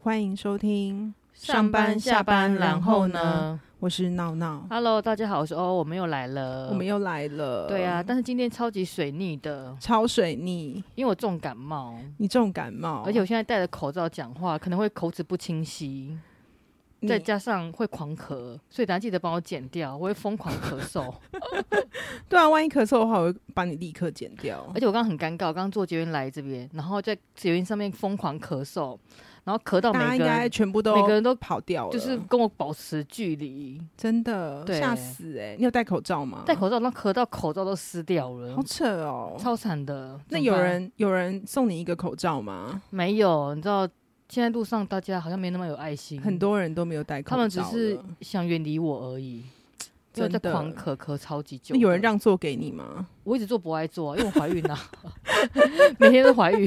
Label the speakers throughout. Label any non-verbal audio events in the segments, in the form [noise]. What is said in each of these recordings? Speaker 1: 欢迎收听？我是闹闹，
Speaker 2: ？Hello，大家好，我是哦欧，我们又来了。
Speaker 1: 我们又来了。
Speaker 2: 对啊，，但是今天超级水逆的，
Speaker 1: 超水逆，
Speaker 2: 因为我重感冒，
Speaker 1: 你重感冒，
Speaker 2: 而且我现在戴着口罩讲话，可能会口齿不清晰，
Speaker 1: 你
Speaker 2: 再加上会狂咳，所以大家记得帮我剪掉，我会疯狂
Speaker 1: [laughs]
Speaker 2: 咳嗽。
Speaker 1: 对啊，万一咳嗽的话，我会把你立刻剪掉。
Speaker 2: 而且我刚刚很尴尬，我刚刚坐捷运来这边，然后在捷运上面疯狂咳嗽，然后咳到
Speaker 1: 大家
Speaker 2: 每
Speaker 1: 应
Speaker 2: 个
Speaker 1: 该
Speaker 2: 人
Speaker 1: 全部都
Speaker 2: 每个人都
Speaker 1: 跑掉了，
Speaker 2: 就是跟我保持距离，
Speaker 1: 真的
Speaker 2: 对
Speaker 1: 吓死哎、欸！你有戴口罩吗？
Speaker 2: 戴口罩，那咳到口罩都撕掉了
Speaker 1: 好，扯哦。
Speaker 2: 超惨的。
Speaker 1: 那
Speaker 2: 怎么
Speaker 1: 有
Speaker 2: 办
Speaker 1: 人有人送你一个口罩吗？
Speaker 2: 没有，你知道现在路上大家好像没那么有爱心，
Speaker 1: 很多人都没有戴口罩
Speaker 2: 嗯他
Speaker 1: 了，
Speaker 2: 们只是想远离我而已。因为
Speaker 1: 真
Speaker 2: 我
Speaker 1: 的
Speaker 2: 在狂咳咳超级
Speaker 1: 那
Speaker 2: 久的，
Speaker 1: 有人让座给你吗？
Speaker 2: 我一直做不爱做、因为我怀孕啊， [laughs] 每天都怀孕，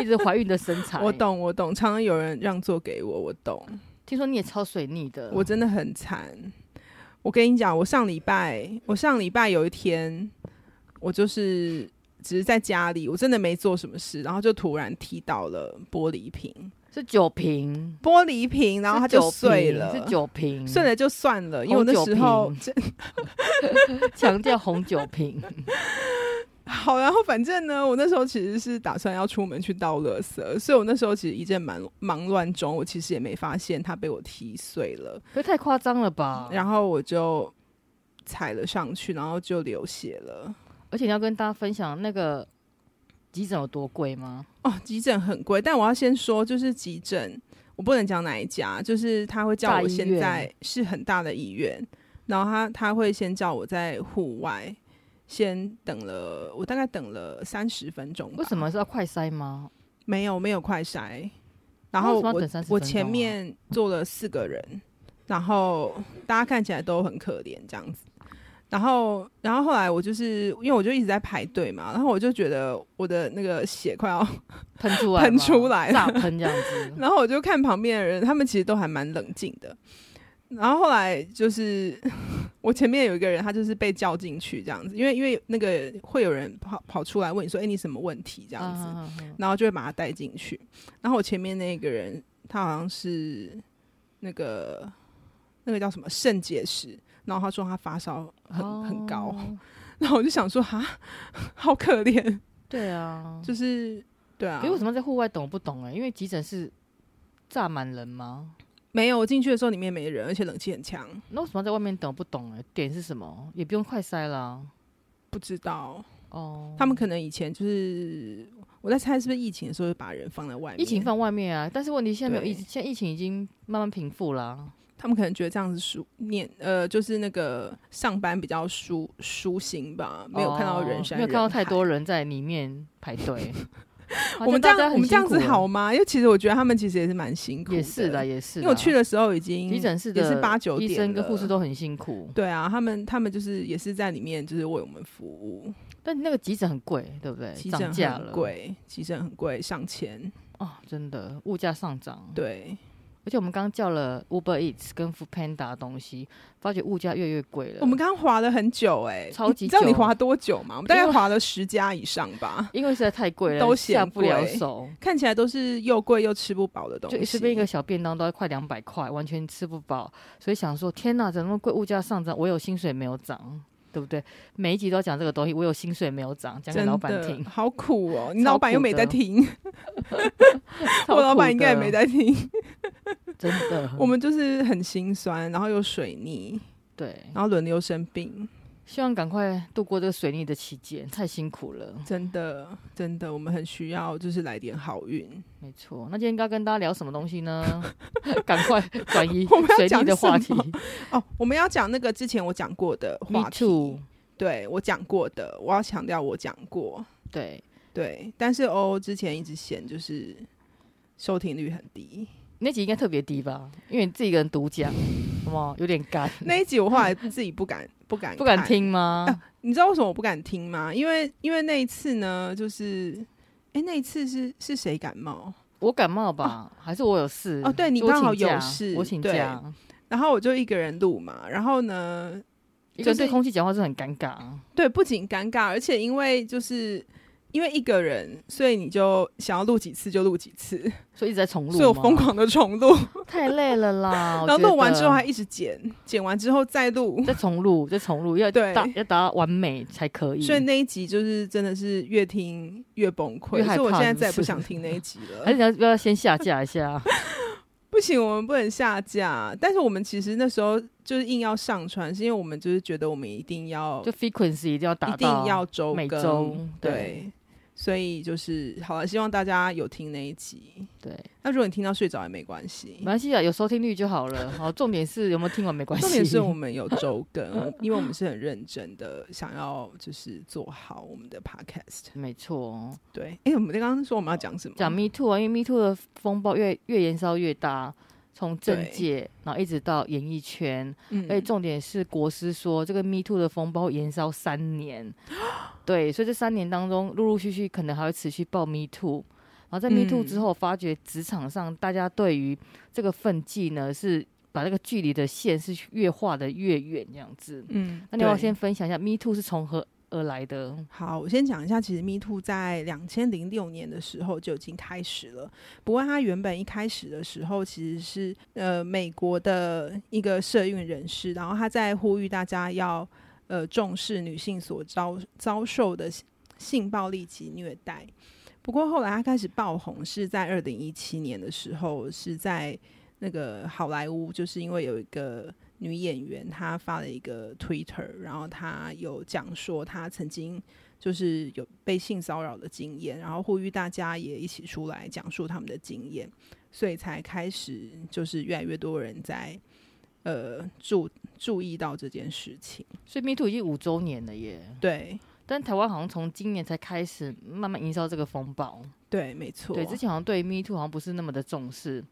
Speaker 2: 一直怀孕的身材。
Speaker 1: 我，懂，我懂，常常有人让座给我，我懂，
Speaker 2: 听说你也超水逆的，
Speaker 1: 我真的很惨。我跟你讲，我上礼拜，我上礼拜有一天，我就是只是在家里，我真的没做什么事，然后就突然踢到了玻璃瓶，
Speaker 2: 是酒瓶，
Speaker 1: 玻璃瓶，然后它
Speaker 2: 是酒
Speaker 1: 就
Speaker 2: 瓶
Speaker 1: 碎了，
Speaker 2: 是酒瓶，
Speaker 1: 碎了就算了，因为我那
Speaker 2: 红酒
Speaker 1: 时候
Speaker 2: 瓶强调红酒瓶，
Speaker 1: [laughs] 好，然后反正呢，我那时候其实是打算要出门去倒垃圾，所以我那时候其实一阵忙忙乱中，我其实也没发现它被我踢碎了，
Speaker 2: 可是太夸张了吧？
Speaker 1: 然后我就踩了上去，然后就流血了。
Speaker 2: 而且你要跟大家分享那个急诊有多贵吗？
Speaker 1: 哦，急诊很贵，但我要先说，就是急诊，我不能讲哪一家，就是他会叫
Speaker 2: 大
Speaker 1: 我
Speaker 2: 医
Speaker 1: 现
Speaker 2: 院
Speaker 1: 在是很大的医院，然后他他会先叫我在户外先等了，我大概等了三十分钟吧。
Speaker 2: 为什么是要快筛吗？
Speaker 1: 没有没有快筛，然
Speaker 2: 那为
Speaker 1: 后
Speaker 2: 什么要
Speaker 1: 我
Speaker 2: 等30
Speaker 1: 我
Speaker 2: 分
Speaker 1: 前
Speaker 2: 钟啊
Speaker 1: 面坐了四个人，然后大家看起来都很可怜这样子。然后，然后后来我就是因为我就一直在排队嘛，然后我就觉得我的那个血快要，
Speaker 2: 喷出来吗，
Speaker 1: 喷出来
Speaker 2: 炸喷这样
Speaker 1: [laughs]
Speaker 2: 子。[laughs]
Speaker 1: 然后我就看旁边的人，他们其实都还蛮冷静的。然后后来就是 [laughs] 我前面有一个人，他就是被叫进去这样子，因为因为那个会有人跑跑出来问你说，哎，你什么问题这
Speaker 2: 这
Speaker 1: 样子。
Speaker 2: 啊啊
Speaker 1: 然后就会把他带进去。然后我前面那个人，他好像是那个那个叫什么肾结石，然后他说他发烧很、很高，
Speaker 2: 哦
Speaker 1: 然后我就想说哈，好可怜，
Speaker 2: 对啊，
Speaker 1: 就是对啊
Speaker 2: 可是，为什么在户外等？我不懂哎、因为急诊是炸满人吗？
Speaker 1: 没有我进去的时候里面没人，而且冷气很强，
Speaker 2: 那为什么在外面等？我不懂哎、点是什么？也不用快塞啦。
Speaker 1: 不知道
Speaker 2: 哦，
Speaker 1: 他们可能以前就是我在猜是不是疫情的时候就把人放在外面，
Speaker 2: 疫情放外面啊，但是问题现在没有疫，
Speaker 1: 对
Speaker 2: 现在疫情已经慢慢平复啦。
Speaker 1: 他们可能觉得这样子舒念呃，就是那个上班比较舒舒心吧，没有看到人山、
Speaker 2: 哦没有看到太。多人在里面排
Speaker 1: [laughs]
Speaker 2: 队。好像
Speaker 1: 我们这
Speaker 2: 大
Speaker 1: 样
Speaker 2: 家
Speaker 1: 我
Speaker 2: 很
Speaker 1: 们这样
Speaker 2: 辛苦
Speaker 1: 子
Speaker 2: 欸
Speaker 1: 好，吗？因为其实我觉得他们其实也是蛮辛苦
Speaker 2: 也是的，
Speaker 1: 的，
Speaker 2: 也是
Speaker 1: 因
Speaker 2: 啦。
Speaker 1: 为我去的时候已经
Speaker 2: 急诊室
Speaker 1: 也是
Speaker 2: 的
Speaker 1: 八九点
Speaker 2: 医
Speaker 1: 了，
Speaker 2: 生跟护士都很辛苦，
Speaker 1: 对啊，他们他们就是也是在里面就是为我们服务，
Speaker 2: 但那个急诊很贵，对不对？
Speaker 1: 急
Speaker 2: 涨
Speaker 1: 诊
Speaker 2: 价
Speaker 1: 很
Speaker 2: 了，
Speaker 1: 贵，急诊很贵，上千，
Speaker 2: 哦，真的物价上涨。，
Speaker 1: 对，
Speaker 2: 而且我们刚叫了 Uber Eats 跟 Food Panda 的东西，发觉物价越来越贵了。
Speaker 1: 我们刚刚划了很久哎、
Speaker 2: 超
Speaker 1: 你
Speaker 2: 级
Speaker 1: 你知道你
Speaker 2: 久
Speaker 1: 划多久吗？我们大概
Speaker 2: 因为
Speaker 1: 划了十家以上吧，
Speaker 2: 因为实在太贵了，
Speaker 1: 都
Speaker 2: 下
Speaker 1: 嫌
Speaker 2: 不了
Speaker 1: 贵
Speaker 2: 手，
Speaker 1: 看起来都是又贵又吃不饱的东
Speaker 2: 就
Speaker 1: 西，
Speaker 2: 随便一个小便当都要快两百块，完全吃不饱。所以想说，天哪，怎么那么贵？物价上涨，我有薪水没有涨，对不对？每一集都要讲这个东西，我有薪水没有涨，讲给
Speaker 1: 真
Speaker 2: 老板
Speaker 1: 的
Speaker 2: 听。
Speaker 1: 好苦
Speaker 2: [laughs]
Speaker 1: 哦！你
Speaker 2: 超
Speaker 1: 老板又
Speaker 2: 苦
Speaker 1: 没在
Speaker 2: 的
Speaker 1: 听， [laughs] 我老板应该也没
Speaker 2: 在，
Speaker 1: 在听。
Speaker 2: 真的。
Speaker 1: [laughs] 我们就是很心酸，然后有水逆，
Speaker 2: 嗯对，
Speaker 1: 然后轮流生病，
Speaker 2: 希望赶快度过这个水逆的期间，太辛苦了。
Speaker 1: 真的真的，我们很需要就是来点好运。
Speaker 2: 没错，那今天应该跟大家聊什么东西呢？ [laughs] 赶
Speaker 1: [laughs]
Speaker 2: 快转移
Speaker 1: 我们要
Speaker 2: 水
Speaker 1: 讲
Speaker 2: 逆的话题
Speaker 1: 什。哦，我们要讲那个之前我讲过的
Speaker 2: [laughs] Me
Speaker 1: 话题
Speaker 2: too。
Speaker 1: 对我讲过的，我要强调我讲过，
Speaker 2: 对，
Speaker 1: 对，但是欧之前一直嫌就是收听率很低，
Speaker 2: 那集应该特别低吧？因为你自己一个人独讲，好不好？有点干，
Speaker 1: [laughs] 那一啊集我后来自己不敢不敢
Speaker 2: 不敢
Speaker 1: 看
Speaker 2: 听吗？
Speaker 1: 你知道为什么我不敢听吗？因为因为那一次呢，就是，哎、那一次是是谁感冒？
Speaker 2: 我感冒吧，还是我有事？
Speaker 1: 哦对你
Speaker 2: 我请
Speaker 1: 刚好有
Speaker 2: 假
Speaker 1: 事
Speaker 2: 我请
Speaker 1: 对
Speaker 2: 假。
Speaker 1: 然后我就一个人录嘛，然后呢，
Speaker 2: 一个
Speaker 1: 就
Speaker 2: 人
Speaker 1: 是
Speaker 2: 对空气讲话是很尴尬，
Speaker 1: 对，不仅尴尬，而且因为就是因为一个人，所以你就想要录几次就录几次，
Speaker 2: 所以一直在重录吗，
Speaker 1: 所以我疯狂的重录，
Speaker 2: 太累了啦。我
Speaker 1: [laughs] 然后录
Speaker 2: 觉
Speaker 1: 完
Speaker 2: 得
Speaker 1: 之后还一直剪，剪完之后再录，
Speaker 2: 再重录，再重录，要
Speaker 1: 对
Speaker 2: 达要达到完美才可以。
Speaker 1: 所以那一集就是真的是越听越崩溃，
Speaker 2: 越害
Speaker 1: 所以我
Speaker 2: 怕
Speaker 1: 现在
Speaker 2: 是不
Speaker 1: 再也不
Speaker 2: 是
Speaker 1: 想听那一集了
Speaker 2: 还是。你要不要先下架一下？
Speaker 1: [laughs] 不行，我们不能下架。但是我们其实那时候就是硬要上传，是因为我们就是觉得我们一定要
Speaker 2: 就 frequency 一定要达
Speaker 1: 一
Speaker 2: 到，
Speaker 1: 定要周
Speaker 2: 每
Speaker 1: 更
Speaker 2: 周
Speaker 1: 对。
Speaker 2: 对
Speaker 1: 所以就是好了，希望大家有听那一集。
Speaker 2: 对，
Speaker 1: 那如果你听到睡着也没关系
Speaker 2: 没，关系啊，有收听率就好了。好，重点是有没有听完没关系。
Speaker 1: 重点是我们有周更，我因为我们是很认真的，想要就是做好我们的 podcast。
Speaker 2: [laughs] 没错，
Speaker 1: 对，哎、我们刚刚说我们要讲什么？
Speaker 2: 讲 Me Too 啊，因为 Me Too 的风暴越越延烧越大，从政
Speaker 1: 对
Speaker 2: 界，然后一直到演艺圈，
Speaker 1: 嗯
Speaker 2: 而且哎重点是国师说这个 Me Too 的风暴延烧
Speaker 1: [gasps]
Speaker 2: 三年，对，所以这三年当中，陆陆续续可能还会持续爆 Me Too。然后在 Me Too
Speaker 1: 嗯
Speaker 2: 之后，发觉职场上大家对于这个分际呢，是把这个距离的线是越画的越远这样子。
Speaker 1: 嗯
Speaker 2: 那你要不要
Speaker 1: 对
Speaker 2: 先分享一下 Me Too 是从何而来的？
Speaker 1: 好，我先讲一下，其实 Me Too 在两千零六年的时候就已经开始了。不过它原本一开始的时候，其实是呃美国的一个社运人士，然后他在呼吁大家要呃重视女性所遭遭受的性性暴力及虐待。不过后来他开始爆红是在二零一七年的时候，是在那个好莱坞，就是因为有一个女演员，她发了一个 Twitter，然后她有讲说她曾经就是有被性骚扰的经验，然后呼吁大家也一起出来讲述他们的经验，所以才开始就是越来越多人在呃注注意到这件事情。
Speaker 2: 所以 Me Too 已经五周年了耶，
Speaker 1: 对
Speaker 2: 但台湾好像从今年才开始慢慢营销这个风暴。
Speaker 1: 对，啊没错。
Speaker 2: 对，之前好像对 Me Too 好像不是那么的重视。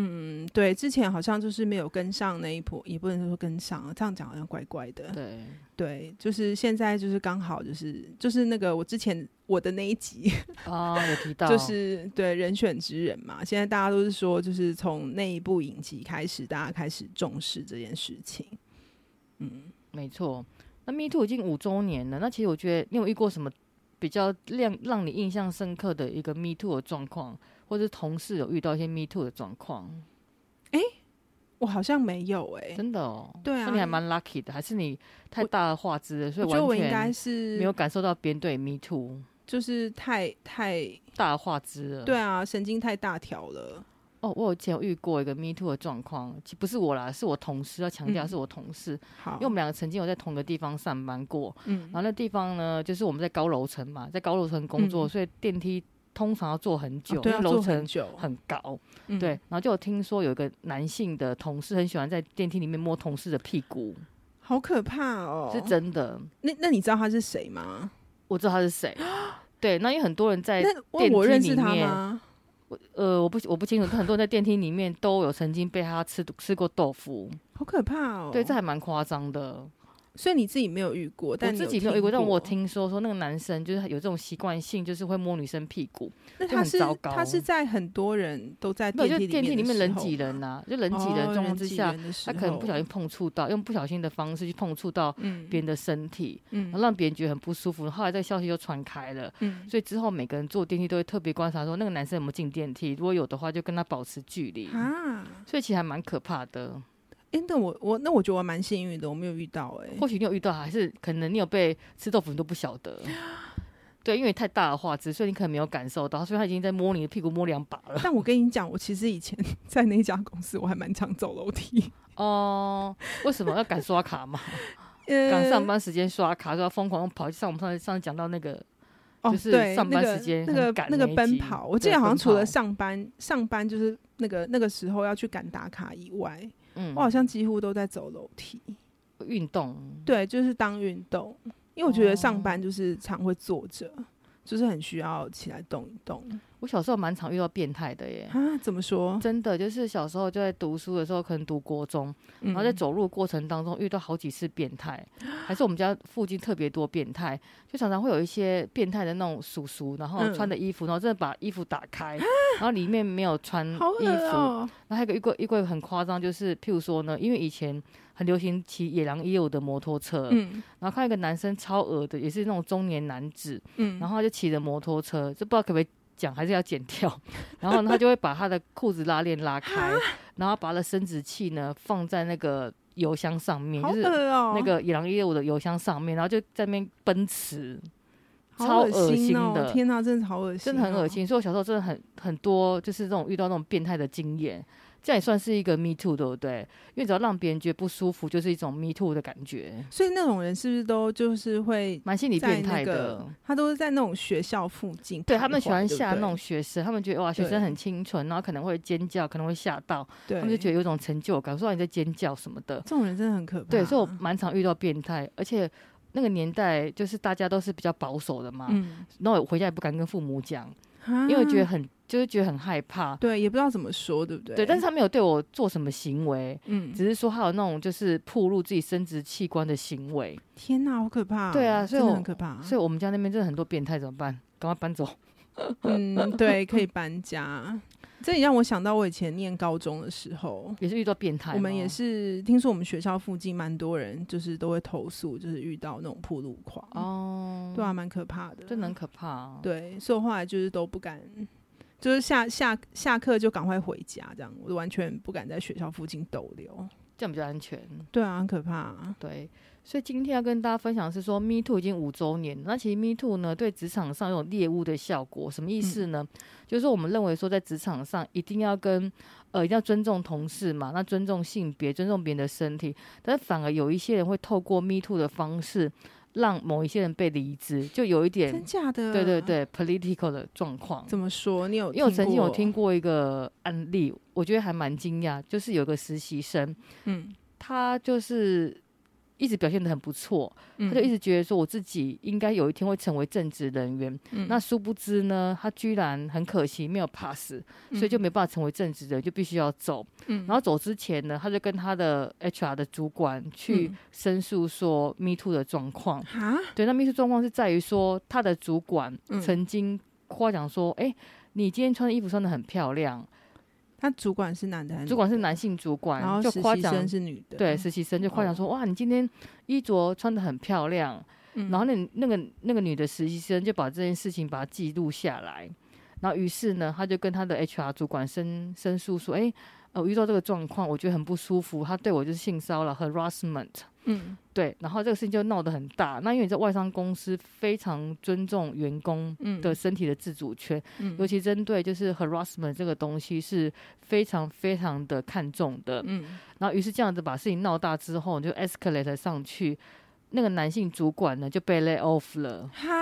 Speaker 1: 嗯，对，之前好像就是没有跟上那一波，也不能说跟上啊，这样讲好像怪怪的。
Speaker 2: 对，
Speaker 1: 对，就是现在就是刚好就是就是那个我之前我的那一集
Speaker 2: 啊，有提到，
Speaker 1: 就是对人选之人嘛，现在大家都是说就是从那一部影集开始，大家开始重视这件事情。嗯，
Speaker 2: 没错。那 Me Too 已经五周年了，那其实我觉得你有遇过什么比较让让你印象深刻的一个 Me Too 的状况，或者同事有遇到一些 Me Too 的状况？
Speaker 1: 我好像没有哎、
Speaker 2: 真的哦，
Speaker 1: 对啊
Speaker 2: 那你还蛮 lucky 的，还是你太
Speaker 1: 我
Speaker 2: 大而化之了，所
Speaker 1: 我
Speaker 2: 以
Speaker 1: 觉得我
Speaker 2: 完
Speaker 1: 应该
Speaker 2: 全
Speaker 1: 是
Speaker 2: 没有感受到别人对 Me Too
Speaker 1: 就是太太
Speaker 2: 大而化之了。
Speaker 1: 对啊，神经太大条了。
Speaker 2: 哦，我以前有遇过一个 Me Too 的状况，其不是我啦，是我同事，要强调
Speaker 1: 嗯
Speaker 2: 是我同事，
Speaker 1: 好
Speaker 2: 因为我，们两个曾经有在同个地方上班过，
Speaker 1: 嗯
Speaker 2: 然后那地方呢，就是我们在高楼层嘛，在高楼层工作，
Speaker 1: 嗯
Speaker 2: 所以电梯通常要坐很久，
Speaker 1: 哦对
Speaker 2: 因
Speaker 1: 啊，
Speaker 2: 为楼
Speaker 1: 坐很
Speaker 2: 层
Speaker 1: 久，
Speaker 2: 很高，
Speaker 1: 嗯
Speaker 2: 对，。然后就有听说有一个男性的同事很喜欢在电梯里面摸同事的屁股，
Speaker 1: 好可怕哦！
Speaker 2: 是真的，
Speaker 1: 那那你知道他是谁吗？
Speaker 2: 我知道他是
Speaker 1: [gasps]
Speaker 2: 谁。对，那因为很多人在
Speaker 1: 那我
Speaker 2: 电
Speaker 1: 我
Speaker 2: 梯
Speaker 1: 认识
Speaker 2: 里
Speaker 1: 他
Speaker 2: 面
Speaker 1: 吗？
Speaker 2: 呃，我不我不清楚，很多人在电梯里面都有曾经被他吃吃过豆腐，
Speaker 1: 好可怕哦！
Speaker 2: 对，这还蛮夸张的。
Speaker 1: 所以你自己没有遇过，但
Speaker 2: 我
Speaker 1: 你
Speaker 2: 自己没有遇过，但我。听说说那个男生就是有这种习惯性，就是会摸女生屁股，
Speaker 1: 那
Speaker 2: 就
Speaker 1: 他
Speaker 2: 很
Speaker 1: 是
Speaker 2: 糟糕
Speaker 1: 他是在很多人都在
Speaker 2: 没
Speaker 1: 电
Speaker 2: 有就
Speaker 1: 梯
Speaker 2: 电梯里面
Speaker 1: 的
Speaker 2: 人
Speaker 1: 时候
Speaker 2: 挤人呐、就人挤人
Speaker 1: 哦
Speaker 2: 状况
Speaker 1: 人
Speaker 2: 之
Speaker 1: 挤
Speaker 2: 下，
Speaker 1: 人的时
Speaker 2: 他
Speaker 1: 候
Speaker 2: 可能不小心碰触到，用不小心的方式去碰触到
Speaker 1: 嗯
Speaker 2: 别人的身体，然后
Speaker 1: 嗯
Speaker 2: 让别人觉得很不舒服。后来这个消息就传开了。
Speaker 1: 嗯
Speaker 2: 所以之后每个人坐电梯都会特别观察，说那个男生有没有进电梯，如果有的话就跟他保持距离。
Speaker 1: 啊，
Speaker 2: 所以其实还蛮可怕的。
Speaker 1: 哎，那我我那我觉得我蛮幸运的，我没有遇到哎。
Speaker 2: 或许你有遇到，还是可能你有被吃豆腐，你都不晓得。对，因为太大的画质，所以你可能没有感受到，所以他已经在摸你的屁股摸两把了。
Speaker 1: 但我跟你讲，我其实以前 [laughs] 在那家公司，我还蛮常走楼梯。
Speaker 2: 哦，为什么要赶刷卡嘛？
Speaker 1: 呃
Speaker 2: 赶上班时间刷卡，就要疯狂跑去上。我们上次上次讲到那个，
Speaker 1: 哦，
Speaker 2: 就是
Speaker 1: 对
Speaker 2: 上班
Speaker 1: 那个
Speaker 2: 时间
Speaker 1: 那
Speaker 2: 很
Speaker 1: 个
Speaker 2: 赶
Speaker 1: 那个
Speaker 2: 那一
Speaker 1: 奔
Speaker 2: 集
Speaker 1: 跑，我记
Speaker 2: 对
Speaker 1: 得好像
Speaker 2: 奔
Speaker 1: 除了
Speaker 2: 跑
Speaker 1: 上班上班就是那个那个时候要去赶打卡以外，
Speaker 2: 嗯
Speaker 1: 我，好像几乎都在走楼梯。
Speaker 2: 运动，
Speaker 1: 对，就是当运动，
Speaker 2: 哦
Speaker 1: 因为我觉得上班就是常会坐着，就是很需要起来动一动。
Speaker 2: 我小时候蛮常遇到变态的耶，
Speaker 1: 啊？怎么说？
Speaker 2: 真的就是小时候就在读书的时候，可能读国中，
Speaker 1: 然
Speaker 2: 然后在走路的过程当中遇到好几次变态，还是我们家附近特别多变态，就常常会有一些变态的那种叔叔，然后
Speaker 1: 嗯啊
Speaker 2: 穿的衣服，然后真的把衣服打开，然后里面没有穿嗯衣
Speaker 1: 好
Speaker 2: 服，
Speaker 1: 恶哦、
Speaker 2: 然后还有一个衣柜，衣柜很夸张，就是譬如说呢，因为以前很流行骑野狼也有的摩托车，
Speaker 1: 嗯
Speaker 2: 然后看到一个男生超恶的，也是那种中年男子，
Speaker 1: 嗯，
Speaker 2: 然后他就骑着摩托车，这不知道可不可以讲，还是要剪掉。 [laughs] 然后呢，他就会把他的裤子拉链拉开，
Speaker 1: 啊
Speaker 2: 然后把他的生殖器呢放在那个油箱上面，
Speaker 1: 好
Speaker 2: 就是
Speaker 1: 恶哦、
Speaker 2: 那个野狼业务的油箱上面，然后就在那边奔驰，
Speaker 1: 好
Speaker 2: 超恶心
Speaker 1: 哦
Speaker 2: 的
Speaker 1: 天哪、真的好恶心、哦
Speaker 2: 真的很恶。
Speaker 1: 嗯
Speaker 2: 心。所以我小时候真的很很多，就是这种遇到那种变态的经验，这样也算是一个 me too，对不对？因为只要让别人觉得不舒服，就是一种 me too 的感觉，
Speaker 1: 所以那种人是不是都就是会
Speaker 2: 蛮心理
Speaker 1: 在
Speaker 2: 变
Speaker 1: 那
Speaker 2: 态的。
Speaker 1: 个，他都是在那种学校附近徘徊，
Speaker 2: 对他们喜欢吓
Speaker 1: 对
Speaker 2: 那
Speaker 1: 不
Speaker 2: 种学生，他们觉得哇，学
Speaker 1: 对
Speaker 2: 生很清纯，然后可能会尖叫，可能会吓到，
Speaker 1: 对，
Speaker 2: 他们就觉
Speaker 1: 得
Speaker 2: 得有一种成就感，说你在尖叫什么的。
Speaker 1: 这种人真的很可怕。啊
Speaker 2: 对，所以我蛮常遇到变态，而且那个年代就是大家都是比较保守的嘛，
Speaker 1: 嗯，啊
Speaker 2: 然后我回家也不敢跟父母讲，
Speaker 1: 因
Speaker 2: 因为觉得很就是觉得很害怕。
Speaker 1: 对，也不知道怎么说，对不对？
Speaker 2: 对，但是他没有对我做什么行为，
Speaker 1: 嗯，
Speaker 2: 只是说他有那种就是暴露自己生殖器官的行为，
Speaker 1: 天哪，好可怕哦！
Speaker 2: 对啊所以
Speaker 1: 真的
Speaker 2: 我
Speaker 1: 很可怕。
Speaker 2: 所以我们家那边真的很多变态，怎么办？赶快搬走。 [laughs]
Speaker 1: 嗯，对，可以搬家。这也让我想到我以前念高中的时候，
Speaker 2: 也是遇到变态吗，
Speaker 1: 我们也是听说我们学校附近蛮多人就是都会投诉，就是遇到那种铺路狂，
Speaker 2: 哦，
Speaker 1: 对啊，蛮可怕的，
Speaker 2: 真的很可怕、啊。
Speaker 1: 对，所以我后来就是都不敢，就是下下下课就赶快回家，这样我完全不敢在学校附近逗留。
Speaker 2: 这样比较安全。
Speaker 1: 对啊，很可怕、
Speaker 2: 对，所以今天要跟大家分享的是说，Me Too 已经五周年了。那其实 Me Too 呢，对职场上有猎物的效果，什么意
Speaker 1: 嗯
Speaker 2: 思呢？就是说我们认为说，在职场上一定要跟呃，一定要尊重同事嘛，那尊重性别，尊重别人的身体，但是反而有一些人会透过 Me Too 的方式，让某一些人被离职，就有一点
Speaker 1: 真假的？
Speaker 2: 对对，对 political 的状况。
Speaker 1: 怎么说？你有？
Speaker 2: 因为我曾经有听，过一个案例，我觉得还蛮惊讶，就是有个实习生，
Speaker 1: 嗯，
Speaker 2: 他就是一直表现的很不错，
Speaker 1: 他
Speaker 2: 他就一直觉得说我自己应该有一天会成为正职人员。
Speaker 1: 嗯
Speaker 2: 那殊不知呢，他居然很可惜没有 pass，所以就没办法成为正职人，就必须要走。
Speaker 1: 嗯
Speaker 2: 然后走之前呢，他就跟他的 HR 的主管去
Speaker 1: 嗯
Speaker 2: 申诉说 Me Too 的状况。
Speaker 1: 哈，
Speaker 2: 对，那 Me Too 状况是在于说他的主管
Speaker 1: 嗯
Speaker 2: 曾经夸奖说，哎、你今天穿的衣服穿的很漂亮，
Speaker 1: 他主管是男的还是女的
Speaker 2: 主管是男性主管，
Speaker 1: 嗯然后
Speaker 2: 就
Speaker 1: 实
Speaker 2: 夸
Speaker 1: 习
Speaker 2: 奖
Speaker 1: 生是女的，嗯哦
Speaker 2: 对，实习生就夸奖说：“哇，你今天衣着穿的很漂亮。
Speaker 1: 嗯
Speaker 2: 然后那那个那个女的实习生就把这件事情把它记录下来，然后于是呢，她就跟她的 HR 主管申申诉说：“哎、呃，我遇到这个状况，我觉得很不舒服，他对我就是性骚扰和 harassment。
Speaker 1: 嗯”
Speaker 2: 对，然后这个事情就闹得很大。那因为你在外商公司非常尊重员工
Speaker 1: 嗯
Speaker 2: 的身体的自主权，
Speaker 1: 嗯
Speaker 2: 尤其针对就是 harassment 这个东西是非常非常的看重的。
Speaker 1: 嗯
Speaker 2: 然后于是这样子把事情闹大之后，就 escalate 上去，那个男性主管呢就被 lay off 了。
Speaker 1: 哈，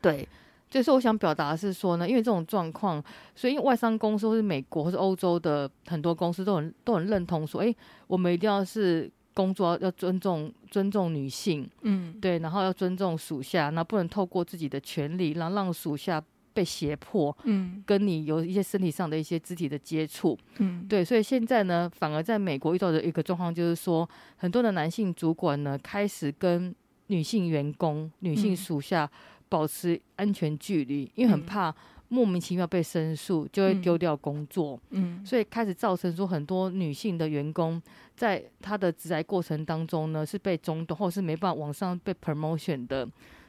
Speaker 2: 对，就是我想表达的是说呢，因为这种状况，所以因为外商公司或是美国或是欧洲的很多公司都很都很认同说，哎，我们一定要是。工作要尊重尊重女性，
Speaker 1: 嗯
Speaker 2: 对，然后要尊重属下，那不能透过自己的权利，然后让属下被胁迫，
Speaker 1: 嗯
Speaker 2: 跟你有一些身体上的一些肢体的接触。
Speaker 1: 嗯，
Speaker 2: 对，所以现在呢，反而在美国遇到的一个状况就是说，很多的男性主管呢，开始跟女性员工、女性
Speaker 1: 嗯
Speaker 2: 属下保持安全距离，因为很
Speaker 1: 嗯
Speaker 2: 怕莫名其妙被申诉，就会
Speaker 1: 嗯
Speaker 2: 丢掉工作，
Speaker 1: 嗯
Speaker 2: 所以开始造成说很多女性的员工在她的职涯过程当中呢，是被中断，或是没办法往上被 promotion 的。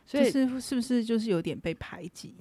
Speaker 2: 所
Speaker 1: 就
Speaker 2: 以，
Speaker 1: 是是不是就是有点被排挤？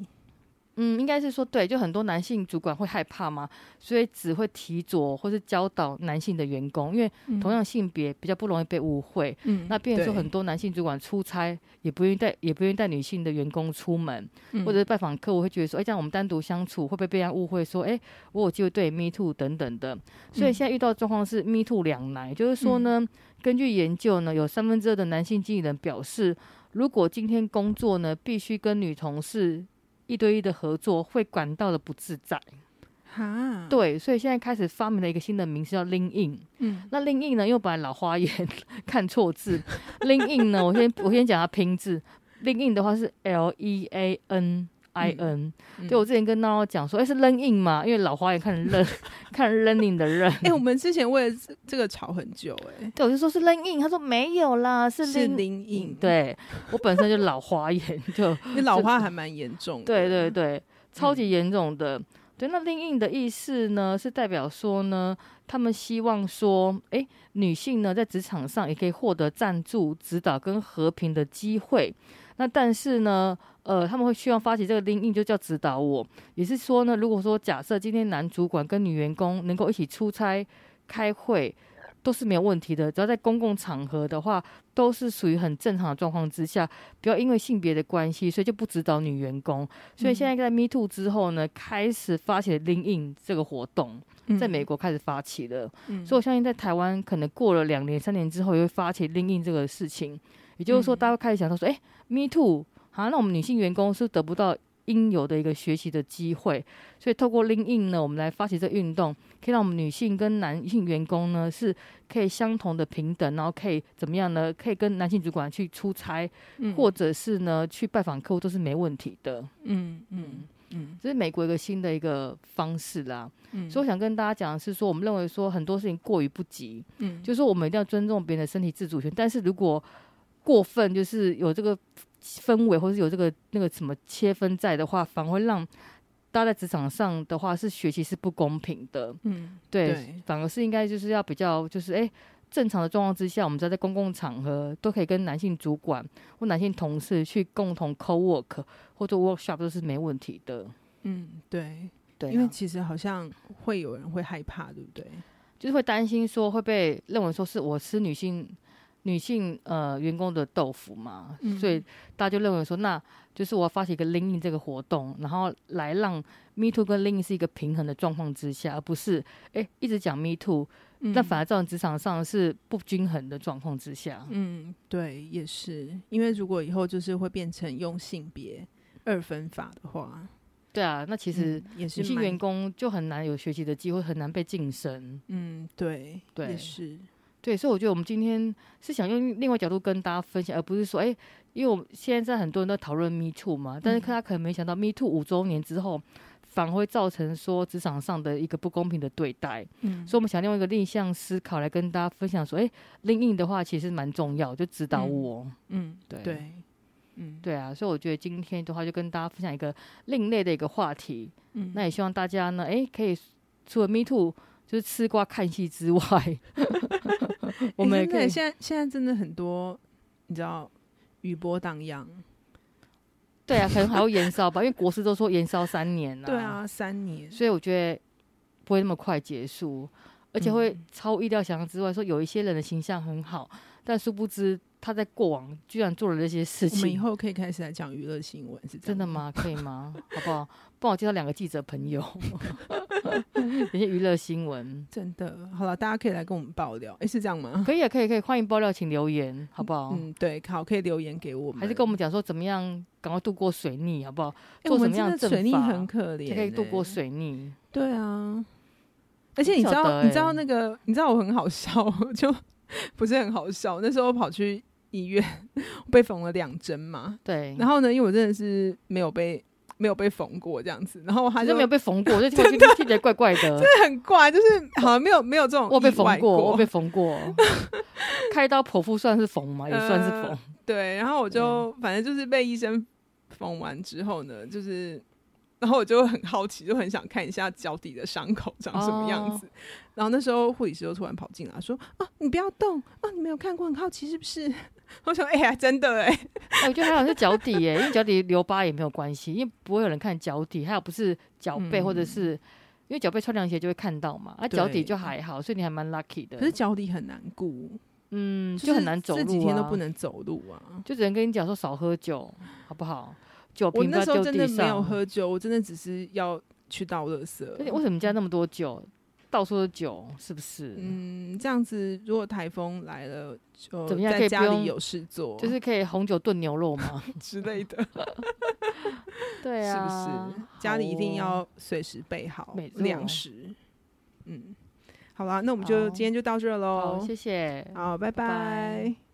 Speaker 2: 嗯，应该是说对，就很多男性主管会害怕嘛，所以只会提着或是教导男性的员工，因为同样性别比较不容易被误会。
Speaker 1: 嗯，
Speaker 2: 那变成说
Speaker 1: 对
Speaker 2: 很多男性主管出差也不愿意带，也不愿意带女性的员工出门，
Speaker 1: 嗯
Speaker 2: 或者是拜访客户会觉得说，哎、这样我们单独相处会不会被人家误会说，哎、我有机会对 me too 等等的。所以
Speaker 1: 嗯
Speaker 2: 现在遇到的状况是 me too 两难，就是说呢，根据研究呢，有三分之二的男性经理人表示，如果今天工作呢必须跟女同事一对一的合作，会感到的不自在。
Speaker 1: 嗯哈，，
Speaker 2: 对，所以现在开始发明了一个新的名词叫 “lean in”。
Speaker 1: 嗯
Speaker 2: 那 “lean in” 呢，又把老花眼 [laughs] 看错字。“lean in” 呢，我先我先讲它拼字。“lean in” 的话是 L E A N I N，、
Speaker 1: 嗯
Speaker 2: 对我之前跟闹闹讲说，哎、是 Len In 嘛，因为老花眼看 Len [laughs] 看 Lenin 的 Len，
Speaker 1: 哎、我们之前为了这这个吵很久、哎，
Speaker 2: 对，我就说是 Len In，他说没有啦，是
Speaker 1: 是
Speaker 2: Len。
Speaker 1: 灵隐，，
Speaker 2: 对我本身就老花眼，就
Speaker 1: 你老花还蛮严重的，
Speaker 2: 对对对，超级严重的。对，那另印的意思呢，是代表说呢，他们希望说，诶，女性呢在职场上也可以获得赞助、指导跟和平的机会。那但是呢，呃，他们会希望发起这个另印，就叫指导我。也是说呢，如果说假设今天男主管跟女员工能够一起出差、开会，都是没有问题的。只要在公共场合的话，都是属于很正常的状况之下，不要因为性别的关系，所以就不指导女员工。所以现在在 Me Too 之后呢，开始发起了 l i n i n 这个活动，
Speaker 1: 嗯，
Speaker 2: 在美国开始发起了。
Speaker 1: 嗯，
Speaker 2: 所以我相信在台湾可能过了两年、三年之后，也会发起 l i n i n 这个事情。也就是说，
Speaker 1: 嗯
Speaker 2: 大家会开始想到说，哎、m e Too，啊，那我们女性员工是不是得不到应有的一个学习的机会，所以透过 l i n i n 呢，我们来发起这个运动，可以让我们女性跟男性员工呢是可以相同的平等，然后可以怎么样呢？可以跟男性主管去出差，
Speaker 1: 嗯
Speaker 2: 或者是呢去拜访客户都是没问题的。
Speaker 1: 嗯嗯嗯
Speaker 2: 这是美国一个新的一个方式啦，
Speaker 1: 嗯，
Speaker 2: 所以我想跟大家讲的是说，我们认为说很多事情过于不及，
Speaker 1: 嗯
Speaker 2: 就是说我们一定要尊重别人的身体自主权，但是如果过分就是有这个氛围，或是有这个那个什么切分在的话，反而会让大家在职场上的话是学习是不公平的，
Speaker 1: 嗯
Speaker 2: 对，
Speaker 1: 对
Speaker 2: 反而是应该就是要比较就是哎。正常的状况之下，我们只要在公共场合都可以跟男性主管或男性同事去共同 co work 或做 workshop 都是没问题的。
Speaker 1: 嗯对，
Speaker 2: 对啊、
Speaker 1: 因为其实好像会有人会害怕，对不对？
Speaker 2: 就是会担心说会被认为说是我吃女性女性呃员工的豆腐嘛，
Speaker 1: 嗯
Speaker 2: 所以大家就认为说，那就是我要发起一个 l i n i n 这个活动，然后来让 Me Too 跟 l i n i n 是一个平衡的状况之下，而不是诶一直讲 Me Too，、那嗯
Speaker 1: 嗯
Speaker 2: 反而造成职场上是不均衡的状况之下。
Speaker 1: 嗯，对，也是，因为如果以后就是会变成用性别二分法的话，
Speaker 2: 对啊，那其实
Speaker 1: 嗯也是
Speaker 2: 女性
Speaker 1: 蛮
Speaker 2: 员工就很难有学习的机会，很难被晋升。
Speaker 1: 嗯，对，
Speaker 2: 对
Speaker 1: 也是，
Speaker 2: 对，所以我觉得我们今天是想用另外角度跟大家分享，而不是说，哎、因为我们现在很多人都讨论 Me Too 嘛，
Speaker 1: 嗯
Speaker 2: 但是大家可能没想到 Me Too 五周年之后，反而会造成说职场上的一个不公平的对待，
Speaker 1: 嗯，
Speaker 2: 所以我们想用一个逆向思考来跟大家分享，说，哎、另应的话其实蛮重要，就指导
Speaker 1: 嗯
Speaker 2: 我，
Speaker 1: 嗯，
Speaker 2: 对
Speaker 1: 对，嗯，
Speaker 2: 对啊，所以我觉得今天的话就跟大家分享一个另类的一个话题，
Speaker 1: 嗯，
Speaker 2: 那也希望大家呢，哎、可以除了 Me Too 就是吃瓜看戏之外， [laughs] 我
Speaker 1: 诶
Speaker 2: 们
Speaker 1: 真
Speaker 2: 也可
Speaker 1: 的
Speaker 2: 以。
Speaker 1: 现在现在真的很多，你知道余波荡漾，
Speaker 2: 对啊，可能还会延烧吧，因为国师都说延烧三年啦。
Speaker 1: 对，啊，三年，
Speaker 2: 所以我觉得不会那么快结束，而且会
Speaker 1: 嗯
Speaker 2: 超意料想象之外。说有一些人的形象很好，但殊不知他在过往居然做了这些事
Speaker 1: 我们以
Speaker 2: 情。
Speaker 1: 后可以开始来讲娱乐新闻，是这样
Speaker 2: 真的？吗？可以吗？ [laughs] 好不好？帮我介绍两个记者
Speaker 1: [laughs]
Speaker 2: 朋友，有些娱乐新闻。
Speaker 1: 真的，好了，大家可以来跟我们爆料，哎，是这样吗？
Speaker 2: 可以啊，可以，可以，欢迎爆料，请留言，好不好？
Speaker 1: 嗯，对，好，可以留言给我们，
Speaker 2: 还是跟我们讲说怎么样赶快度过水逆，好不好？
Speaker 1: 诶
Speaker 2: 做
Speaker 1: 我
Speaker 2: 什
Speaker 1: 们
Speaker 2: 么样
Speaker 1: 真
Speaker 2: 的
Speaker 1: 的
Speaker 2: 正
Speaker 1: 水逆
Speaker 2: 法
Speaker 1: 很可怜、欸
Speaker 2: 就可以度过
Speaker 1: 诶
Speaker 2: 水逆。
Speaker 1: 对啊，而且你知
Speaker 2: 不晓
Speaker 1: 道，
Speaker 2: 得
Speaker 1: 你
Speaker 2: 欸
Speaker 1: 知道那个，你知道我很好笑， [laughs] 我就不是很好笑。那时候我跑去医院，我被缝了两针嘛。
Speaker 2: 对，
Speaker 1: 然后呢，因为我真的是没有被没有被缝过这样子，然后他
Speaker 2: 好
Speaker 1: 就
Speaker 2: 像没有被
Speaker 1: [laughs]
Speaker 2: 缝过，就听听起来怪怪的。
Speaker 1: 很怪，就是好像没有没有这种
Speaker 2: 我被
Speaker 1: 哦意外
Speaker 2: 缝过，我被
Speaker 1: [laughs]
Speaker 2: 缝过。开刀剖腹算是缝吗？也算是缝
Speaker 1: [laughs] 呃。对，然后我就
Speaker 2: 啊
Speaker 1: 反正就是被医生缝完之后呢，就是。然后我就很好奇，就很想看一下脚底的伤口长什么样
Speaker 2: 哦
Speaker 1: 子。然后那时候护理师就突然跑进来说：“啊，你不要动啊，你没有看过，很好奇是不是？” [laughs] 我想：“哎、呀，真的哎、
Speaker 2: 哎我觉得还好是脚底耶，因为脚底留疤也没有关系，因为不会有人看脚底，还有不是脚背
Speaker 1: 嗯
Speaker 2: 或者是因为脚背穿凉鞋就会看到嘛，啊
Speaker 1: 对
Speaker 2: 脚底就还好，所以你还蛮 lucky 的
Speaker 1: 可。是脚底很难顾，
Speaker 2: 嗯，
Speaker 1: 是
Speaker 2: 就很难走路，啊
Speaker 1: 这几天都不，能走路啊。
Speaker 2: 就只能跟你讲说少喝酒，好不好？酒
Speaker 1: 我
Speaker 2: 瓶不
Speaker 1: 那
Speaker 2: 要
Speaker 1: 时候
Speaker 2: 丢
Speaker 1: 真
Speaker 2: 地
Speaker 1: 的没有
Speaker 2: 上。
Speaker 1: 喝酒，我真的只是要去倒垃圾。
Speaker 2: 而且为什么你家那么多酒？到处都酒，是不是？
Speaker 1: 嗯，这样子如果台风来了，就
Speaker 2: 怎么样可
Speaker 1: 在
Speaker 2: 以不
Speaker 1: 家
Speaker 2: 用
Speaker 1: 里有事做，
Speaker 2: 就是可以红酒炖牛
Speaker 1: [laughs]
Speaker 2: 肉嘛？
Speaker 1: 之类的。
Speaker 2: 对
Speaker 1: 是不
Speaker 2: 啊，
Speaker 1: 是？家里一定
Speaker 2: 好哦
Speaker 1: 要随时备好
Speaker 2: 没错
Speaker 1: 粮食。嗯，好啦，那我们
Speaker 2: 好
Speaker 1: 就今天就到这
Speaker 2: 好，
Speaker 1: 喽。
Speaker 2: 谢谢。
Speaker 1: 好，拜
Speaker 2: 拜
Speaker 1: 拜
Speaker 2: 拜